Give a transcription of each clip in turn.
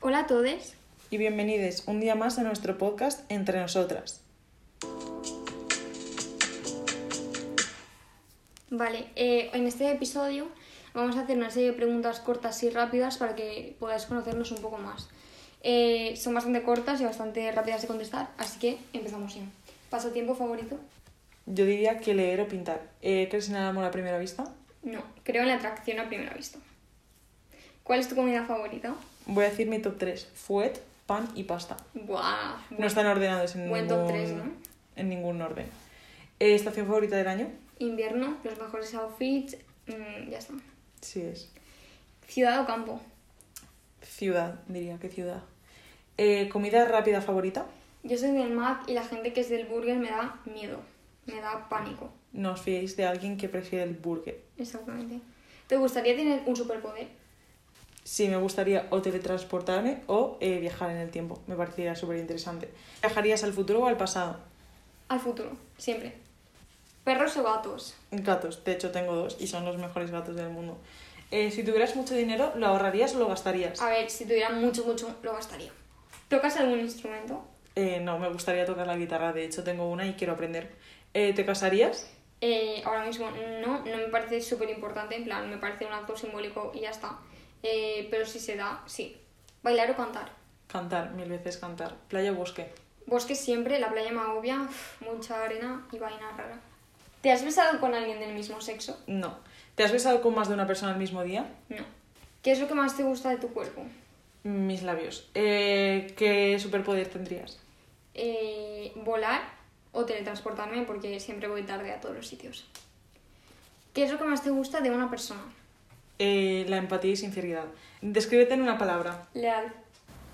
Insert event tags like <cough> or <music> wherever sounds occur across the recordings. Hola a todos. y bienvenidos un día más a nuestro podcast Entre Nosotras. Vale, eh, en este episodio vamos a hacer una serie de preguntas cortas y rápidas para que podáis conocernos un poco más. Eh, son bastante cortas y bastante rápidas de contestar, así que empezamos ya. ¿Pasatiempo favorito? Yo diría que leer o pintar. Eh, ¿Crees en el amor a primera vista? No, creo en la atracción a primera vista. ¿Cuál es tu comida favorita? Voy a decir mi top 3. Fuet, pan y pasta. ¡Buah! No están ordenados en Buen ningún, top tres, ¿no? en ningún orden. Eh, ¿Estación favorita del año? Invierno, los mejores outfits, mm, ya está. Sí es. ¿Ciudad o campo? Ciudad, diría que ciudad. Eh, ¿Comida rápida favorita? Yo soy del Mac y la gente que es del burger me da miedo, me da pánico. No os fiéis de alguien que prefiere el burger. Exactamente. ¿Te gustaría tener un superpoder? Sí, me gustaría o teletransportarme o eh, viajar en el tiempo. Me parecería súper interesante. ¿Viajarías al futuro o al pasado? Al futuro, siempre. ¿Perros o gatos? Gatos, de hecho tengo dos y son los mejores gatos del mundo. Eh, si tuvieras mucho dinero, ¿lo ahorrarías o lo gastarías? A ver, si tuviera mucho, mucho, lo gastaría. ¿Tocas algún instrumento? Eh, no, me gustaría tocar la guitarra, de hecho tengo una y quiero aprender. Eh, ¿Te casarías? Eh, ahora mismo no, no me parece súper importante, en plan, me parece un acto simbólico y ya está. Eh, pero si se da, sí. ¿Bailar o cantar? Cantar, mil veces cantar. ¿Playa o bosque? Bosque siempre, la playa me agobia, uf, mucha arena y vaina rara. ¿Te has besado con alguien del mismo sexo? No. ¿Te has besado con más de una persona al mismo día? No. ¿Qué es lo que más te gusta de tu cuerpo? Mis labios. Eh, ¿Qué superpoder tendrías? eh, volar o teletransportarme porque siempre voy tarde a todos los sitios. ¿Qué es lo que más te gusta de una persona? Eh, la empatía y sinceridad. Descríbete en una palabra. Leal.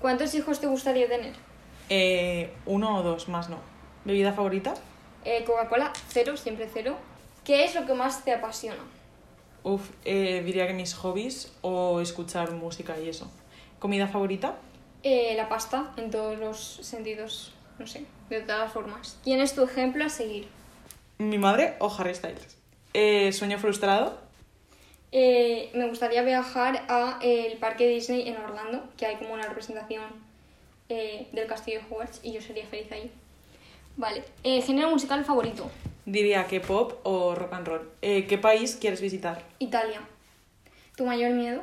¿Cuántos hijos te gustaría tener? Eh, uno o dos, más no. ¿Bebida favorita? Eh, Coca-Cola, cero, siempre cero. ¿Qué es lo que más te apasiona? Uf, eh, diría que mis hobbies o escuchar música y eso. ¿Comida favorita? Eh, la pasta, en todos los sentidos, no sé, de todas las formas. ¿Quién es tu ejemplo a seguir? ¿Mi madre o Harry Styles? Eh, ¿Sueño frustrado? Eh, me gustaría viajar a eh, el parque Disney en Orlando, que hay como una representación eh, del castillo de Hogwarts y yo sería feliz ahí. Vale, eh, género musical favorito, Diría que pop o rock and roll. Eh, ¿Qué país quieres visitar? Italia. ¿Tu mayor miedo?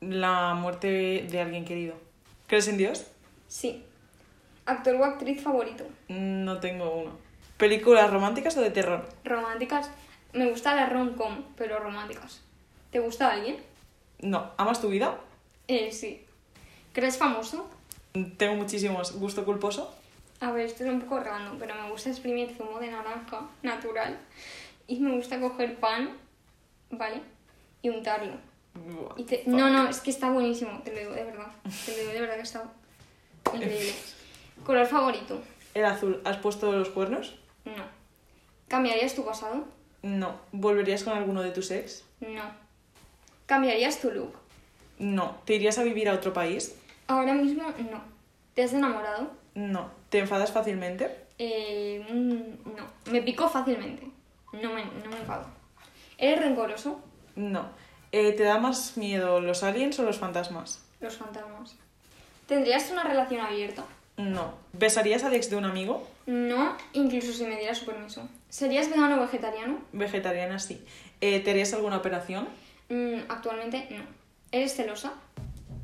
La muerte de alguien querido. ¿Crees en Dios? Sí. Actor o actriz favorito. No tengo uno. ¿Películas románticas o de terror? Románticas. Me gusta la rom-com, pero románticas. ¿Te gusta alguien? No. ¿Amas tu vida? Eh, sí. ¿Crees famoso? Tengo muchísimos. ¿Gusto culposo? A ver, esto es un poco random, pero me gusta exprimir zumo de naranja natural y me gusta coger pan, ¿vale? Y untarlo. Buah, Y te- fuck. No, no, es que está buenísimo, te lo digo de verdad. Te lo digo de verdad que está increíble. ¿Color favorito? ¿El azul? ¿Has puesto los cuernos? No. ¿Cambiarías tu pasado? No. ¿Volverías con alguno de tus ex? No. ¿Cambiarías tu look? No. ¿Te irías a vivir a otro país? Ahora mismo no. ¿Te has enamorado? No. ¿Te enfadas fácilmente? Eh, mm, no. Me pico fácilmente. No me, no me enfado. ¿Eres rencoroso? No. Eh, ¿Te da más miedo los aliens o los fantasmas? Los fantasmas. ¿Tendrías una relación abierta? No. ¿Besarías al ex de un amigo? No, incluso si me diera su permiso. ¿Serías vegano o vegetariano? Vegetariana sí. Eh, ¿Te harías alguna operación? Mm, actualmente no. ¿Eres celosa?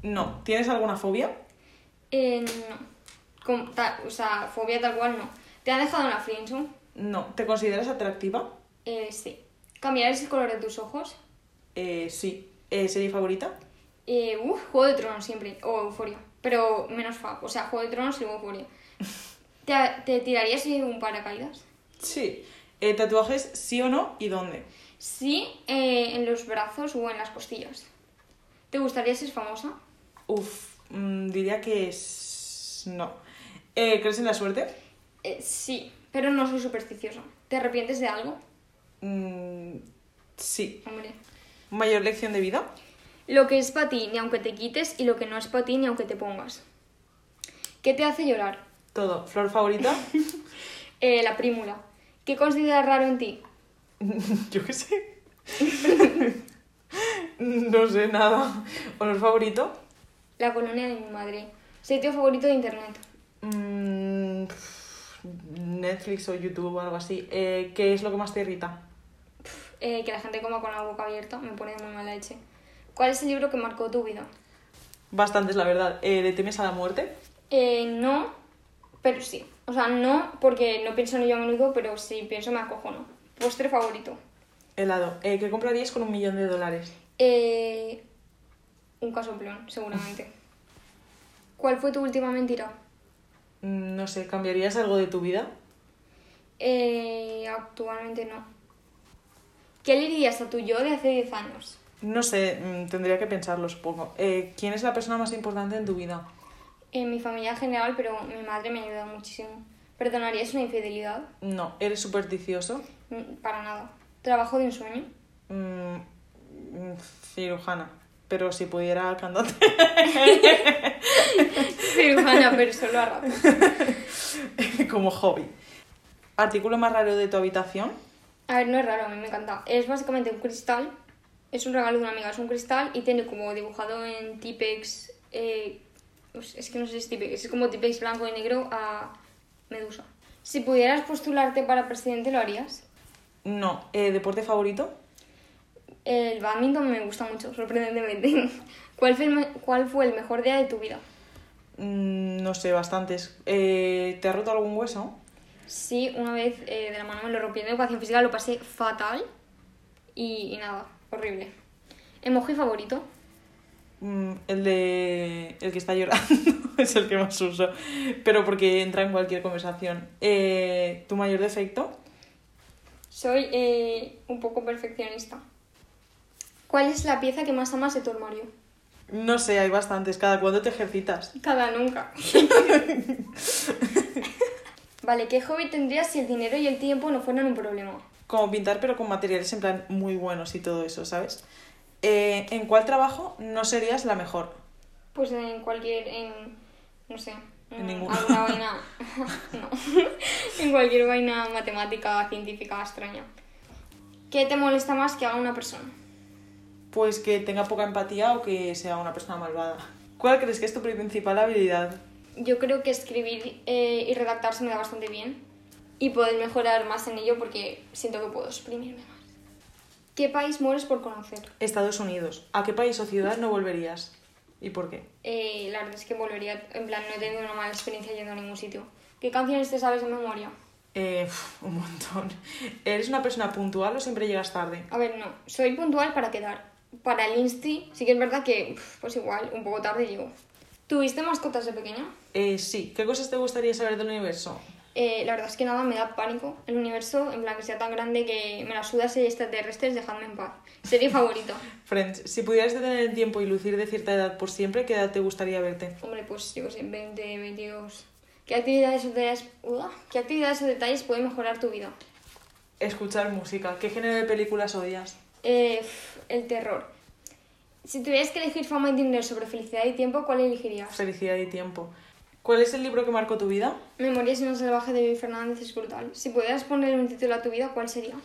No. ¿Tienes alguna fobia? Eh, no. Como ta- o sea, fobia tal cual no. ¿Te ha dejado en la friendzone? No. ¿Te consideras atractiva? Eh, sí. ¿Cambiarás el color de tus ojos? Eh, sí. Eh, ¿Serie favorita? Eh, uf, Juego de Tronos siempre. O Euforia. Pero menos fab. O sea, Juego de Tronos y luego Euforia. <laughs> ¿Te, te tirarías de un paracaídas? Sí. Eh, ¿Tatuajes sí o no y dónde? Sí, eh, en los brazos o en las costillas. ¿Te gustaría ser famosa? Uf, mm, diría que es... no. Eh, ¿Crees en la suerte? Eh, sí, pero no soy supersticiosa. ¿Te arrepientes de algo? Mm, sí. Hombre. ¿Mayor lección de vida? Lo que es para ti, ni aunque te quites, y lo que no es para ti, ni aunque te pongas. ¿Qué te hace llorar? Todo. ¿Flor favorita? Eh, la prímula. ¿Qué consideras raro en ti? <laughs> Yo qué sé. <laughs> no sé nada. ¿Olor favorito? La colonia de mi madre. Sitio favorito de internet. Mm, pf, Netflix o YouTube o algo así. Eh, ¿Qué es lo que más te irrita? Eh, que la gente coma con la boca abierta me pone de muy mala leche. ¿Cuál es el libro que marcó tu vida? Bastantes, la verdad. Eh, ¿Le temes a la muerte? Eh, no, pero sí. O sea, no porque no pienso en ello a menudo, pero si pienso me acojono. Postre favorito. Helado. Eh, ¿Qué comprarías con un millón de dólares? Eh, un casoplón, seguramente. ¿Cuál fue tu última mentira? Mm, No sé, ¿cambiarías algo de tu vida? Eh, actualmente no. ¿Qué le dirías a tu yo de hace 10 años? No sé, mm, tendría que pensarlo, supongo. Eh, ¿Quién es la persona más importante en tu vida? En mi familia en general, pero mi madre me ha ayudado muchísimo. ¿Perdonarías una infidelidad? No. ¿Eres supersticioso? Mm, Para nada. ¿Trabajo de <laughs> ensueño? Mm, mm, cirujana. Pero si pudiera cantante. Cirujana, pero solo a ratos. <laughs> Como hobby. ¿Artículo más raro de tu habitación? A ver, no es raro, a mí me encanta. Es básicamente un cristal. Es un regalo de una amiga, es un cristal y tiene como dibujado en Tipex. eh, pues es que no sé si es Tipex, es como Tipex blanco y negro a Medusa. Si pudieras postularte para presidente, ¿lo harías? No. Eh, ¿Deporte favorito? El badminton me gusta mucho, sorprendentemente. <laughs> ¿Cuál fue, el me- ¿Cuál fue el mejor día de tu vida? Mm, no sé, bastantes. Eh, ¿Te ha roto algún hueso? Sí, una vez eh, de la mano me lo rompí en educación física, lo pasé fatal y, y nada, horrible. ¿Emoji favorito? Mm, el de. El que está llorando <laughs> es el que más uso. Pero porque entra en cualquier conversación. Eh, ¿Tu mayor defecto? Soy eh, un poco perfeccionista. ¿Cuál es la pieza que más amas de tu armario? No sé, hay bastantes. ¿Cada cuándo te ejercitas? Cada nunca. <laughs> vale, ¿qué hobby tendrías si el dinero y el tiempo no fueran un problema? Como pintar, pero con materiales en plan muy buenos y todo eso, ¿sabes? Eh, ¿En cuál trabajo no serías la mejor? Pues en cualquier, en, no sé, En mm, ninguno. alguna vaina, <laughs> no, en cualquier vaina matemática, científica, extraña. ¿Qué te molesta más que haga una persona? Pues que tenga poca empatía o que sea una persona malvada. ¿Cuál crees que es tu principal habilidad? Yo creo que escribir eh, y redactar se me da bastante bien y poder mejorar más en ello porque siento que puedo exprimirme más. ¿Qué país mueres por conocer? Estados Unidos. ¿A qué país o ciudad no volverías? ¿Y por qué? Eh, la verdad es que volvería, en plan, no he tenido una mala experiencia yendo a ningún sitio. ¿Qué canciones te sabes de memoria? Eh, <laughs> uf, un montón. ¿Eres una persona puntual o siempre llegas tarde? A ver, no, soy puntual para quedar. Para el Insti, sí que es verdad que, uf, pues igual, un poco tarde llego. ¿Tuviste mascotas de pequeña? Eh, sí. ¿Qué cosas te gustaría saber del universo? Eh, la verdad es que nada, me da pánico. El universo, en plan, que sea tan grande que me la suda si hay extraterrestres, dejadme en paz. Serie favorito. Friends, si pudieras detener el tiempo y lucir de cierta edad por siempre, ¿qué edad te gustaría verte? Hombre, pues yo qué sé, 20, 22. ¿Qué actividades o detalles, Uah, ¿Qué actividades o detalles pueden mejorar tu vida? Escuchar música. ¿Qué género de películas odias? Eh, pf, el terror. Si tuvieras que elegir fama y dinero sobre felicidad y tiempo, ¿cuál elegirías? Felicidad y tiempo. ¿Cuál es el libro que marcó tu vida? Memorias en un salvaje de Luis Fernández es brutal. Si pudieras ponerle un título a tu vida, ¿cuál sería? <laughs>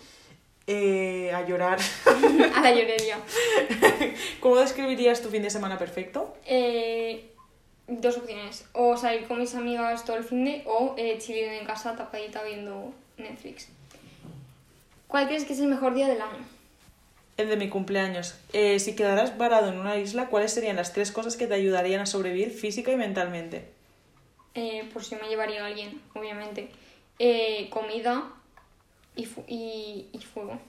Eh, a llorar. <laughs> a la llorería. ¿Cómo describirías tu fin de semana perfecto? Eh, dos opciones. O salir con mis amigas todo el fin de o eh, chillar en casa tapadita viendo Netflix. ¿Cuál crees que es el mejor día del año? El de mi cumpleaños. Eh, si quedaras varado en una isla, ¿cuáles serían las tres cosas que te ayudarían a sobrevivir física y mentalmente? Eh, pues yo me llevaría a alguien, obviamente. Eh, comida y, fu- y, y <laughs> fuego.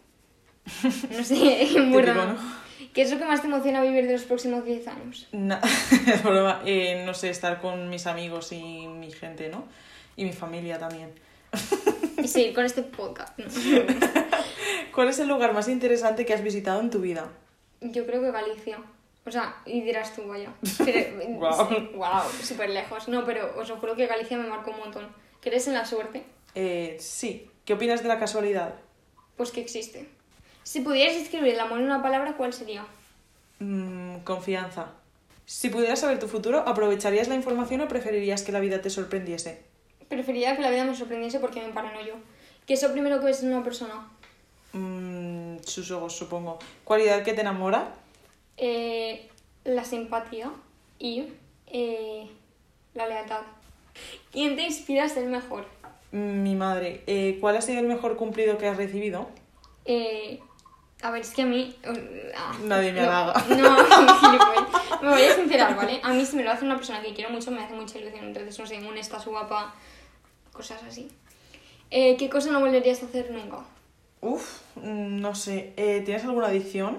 No sé, <laughs> es muy Típico, raro. ¿no? ¿Qué es lo que más te emociona vivir de los próximos 10 años? Na- <laughs> es broma. Eh, no sé, estar con mis amigos y mi gente, ¿no? Y mi familia también. Y seguir con este podcast. ¿no? ¿Cuál es el lugar más interesante que has visitado en tu vida? Yo creo que Galicia. O sea, y dirás tú, vaya. <laughs> Pero, Guau. sí, guau, súper lejos. No, pero os lo juro que Galicia me marcó un montón. ¿Crees en la suerte? Eh, sí. ¿Qué opinas de la casualidad? Pues que existe. Si pudieras escribir el amor en una palabra, ¿cuál sería? Mm, confianza. Si pudieras saber tu futuro, ¿aprovecharías la información o preferirías que la vida te sorprendiese? Preferiría que la vida me sorprendiese porque me paranoio. ¿Qué es lo primero que ves en una persona? Mm, sus ojos, supongo. ¿Cualidad que te enamora? Eh, la simpatía. Y eh, la lealtad. ¿Quién te inspira a ser mejor? Mi madre, eh, ¿cuál ha sido el mejor cumplido que has recibido? Eh, a ver, es que a mí. eh, ah, Nadie me no, halaga. <laughs> No, gilipollas. me voy a sincerar, ¿vale? A mí, si me lo hace una persona que quiero mucho, me hace mucha ilusión. Entonces, no sé, un estás guapa, cosas así. Eh, ¿Qué cosa no volverías a hacer nunca? Uf, mm, no sé. Eh, ¿Tienes alguna adicción?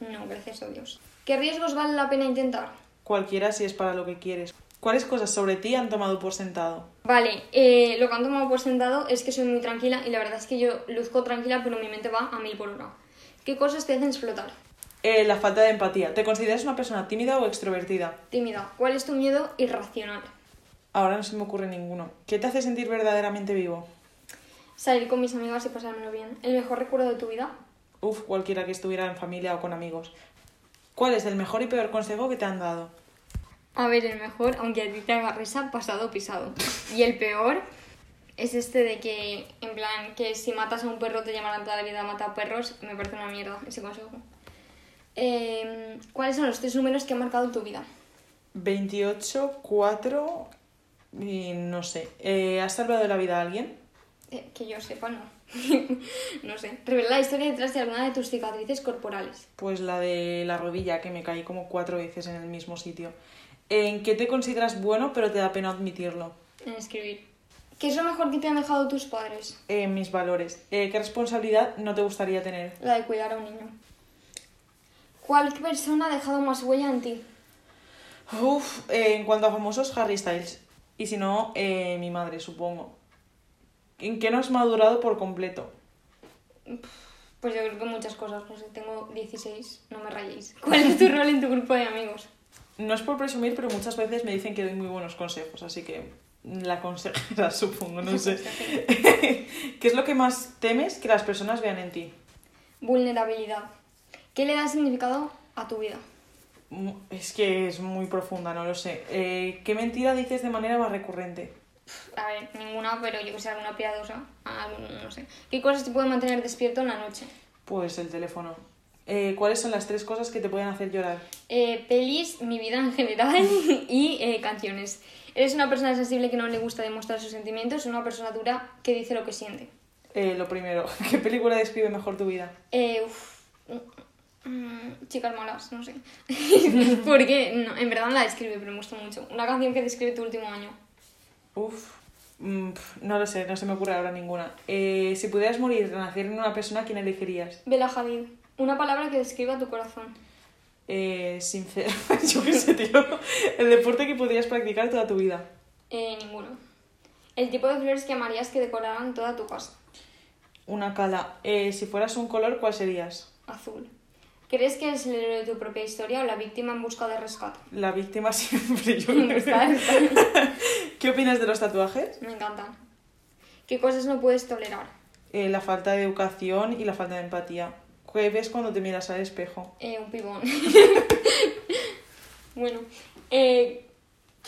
No, gracias a Dios. ¿Qué riesgos vale la pena intentar? Cualquiera si es para lo que quieres. ¿Cuáles cosas sobre ti han tomado por sentado? Vale, eh, lo que han tomado por sentado es que soy muy tranquila y la verdad es que yo luzco tranquila, pero mi mente va a mil por hora. ¿Qué cosas te hacen explotar? Eh, la falta de empatía. ¿Te consideras una persona tímida o extrovertida? Tímida. ¿Cuál es tu miedo irracional? Ahora no se me ocurre ninguno. ¿Qué te hace sentir verdaderamente vivo? Salir con mis amigas y pasármelo bien. ¿El mejor recuerdo de tu vida? Uf, cualquiera que estuviera en familia o con amigos. ¿Cuál es el mejor y peor consejo que te han dado? A ver, el mejor, aunque a ti te haga risa, pasado o pisado. Y el peor es este de que, en plan, que si matas a un perro te llamarán toda la vida mata perros. Me parece una mierda ese consejo. Em, ¿Cuáles son los tres números que han marcado tu vida? 28, 4 y no sé. Eh, ¿Has salvado la vida a alguien? Eh, que yo sepa, no. <laughs> no sé. Revela la historia detrás de alguna de tus cicatrices corporales. Pues la de la rodilla, que me caí como cuatro veces en el mismo sitio. ¿En qué te consideras bueno pero te da pena admitirlo? En escribir. ¿Qué es lo mejor que te han dejado tus padres? En mis valores. Eh, ¿Qué responsabilidad no te gustaría tener? La de cuidar a un niño. ¿Cuál persona ha dejado más huella en ti? Uf, eh, en cuanto a famosos, Harry Styles. Y si no, eh, mi madre, supongo. ¿En qué no has madurado por completo? Pues yo creo que muchas cosas. No sé, tengo 16, no me rayéis. <laughs> ¿Cuál es tu rol en tu grupo de amigos? No es por presumir, pero muchas veces me dicen que doy muy buenos consejos, así que la consejera, <laughs> supongo, no sé. ¿Qué es lo que más temes que las personas vean en ti? Vulnerabilidad. ¿Qué le da significado a tu vida? Mm, Es que es muy profunda, no lo sé. Eh, ¿Qué mentira dices de manera más recurrente? A ver, ninguna, pero yo que sé, alguna piadosa. Alguna, no sé. ¿Qué cosas te pueden mantener despierto en la noche? Pues el teléfono. Eh, ¿Cuáles son las tres cosas que te pueden hacer llorar? Eh, pelis, mi vida en general <laughs> y eh, canciones. Eres una persona sensible que no le gusta demostrar sus sentimientos, una persona dura que dice lo que siente. Eh, lo primero, <laughs> ¿qué película describe mejor tu vida? Eh, uf, mm, chicas malas, no sé. <laughs> Porque no, en verdad no la describe, pero me gusta mucho. Una canción que describe tu último año. Uf, mm, pf, no lo sé, no se me ocurre ahora ninguna. Eh, si pudieras morir, renacer en una persona, ¿quién elegirías? Bella Hadid. Una palabra que describa tu corazón. Eh, sincero, <laughs> yo qué sé, tío. El deporte que podrías practicar toda tu vida. Eh, ninguno. El tipo de flores que amarías que decoraran toda tu casa. Una cala. Eh, si fueras un color, ¿cuál serías? Azul. ¿Crees que eres el héroe de tu propia historia o la víctima en busca de rescate? <laughs> La víctima <laughs> siempre. Yo Me gusta, está. ¿Qué opinas de los tatuajes? Me encantan. ¿Qué cosas no puedes tolerar? Eh, la falta de educación y la falta de empatía. ¿Qué ves cuando te miras al espejo? Eh, un pibón. <laughs> bueno, eh,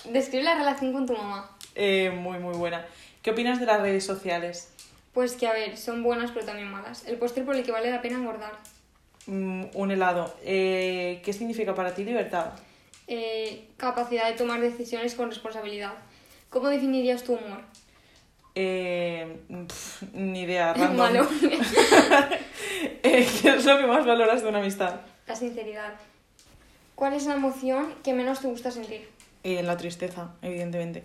describe la relación con tu mamá. Eh, muy, muy buena. ¿Qué opinas de las redes sociales? Pues que, a ver, son buenas pero también malas. El postre por el que vale la pena engordar. Mm, un helado. Eh, ¿Qué significa para ti libertad? Eh, capacidad de tomar decisiones con responsabilidad. ¿Cómo definirías tu humor? Eh, pf, ni <laughs> idea, random. Malo. <laughs> Eh, ¿Qué es lo que más valoras de una amistad? la sinceridad. ¿Cuál es la emoción que menos te gusta sentir? Eh, la tristeza, evidentemente.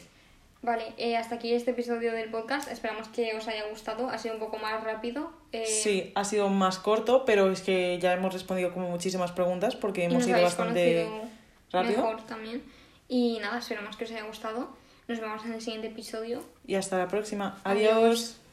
Vale, eh, hasta aquí este episodio del podcast. Esperamos que os haya gustado. Ha sido un poco más rápido. eh, Sí, ha sido más corto, pero es que ya hemos respondido como muchísimas preguntas porque y hemos nos ido habéis bastante conocido rápido. mejor también. Y nada, esperamos que os haya gustado. Nos vemos en el siguiente episodio. Y hasta la próxima. Adiós. Adiós.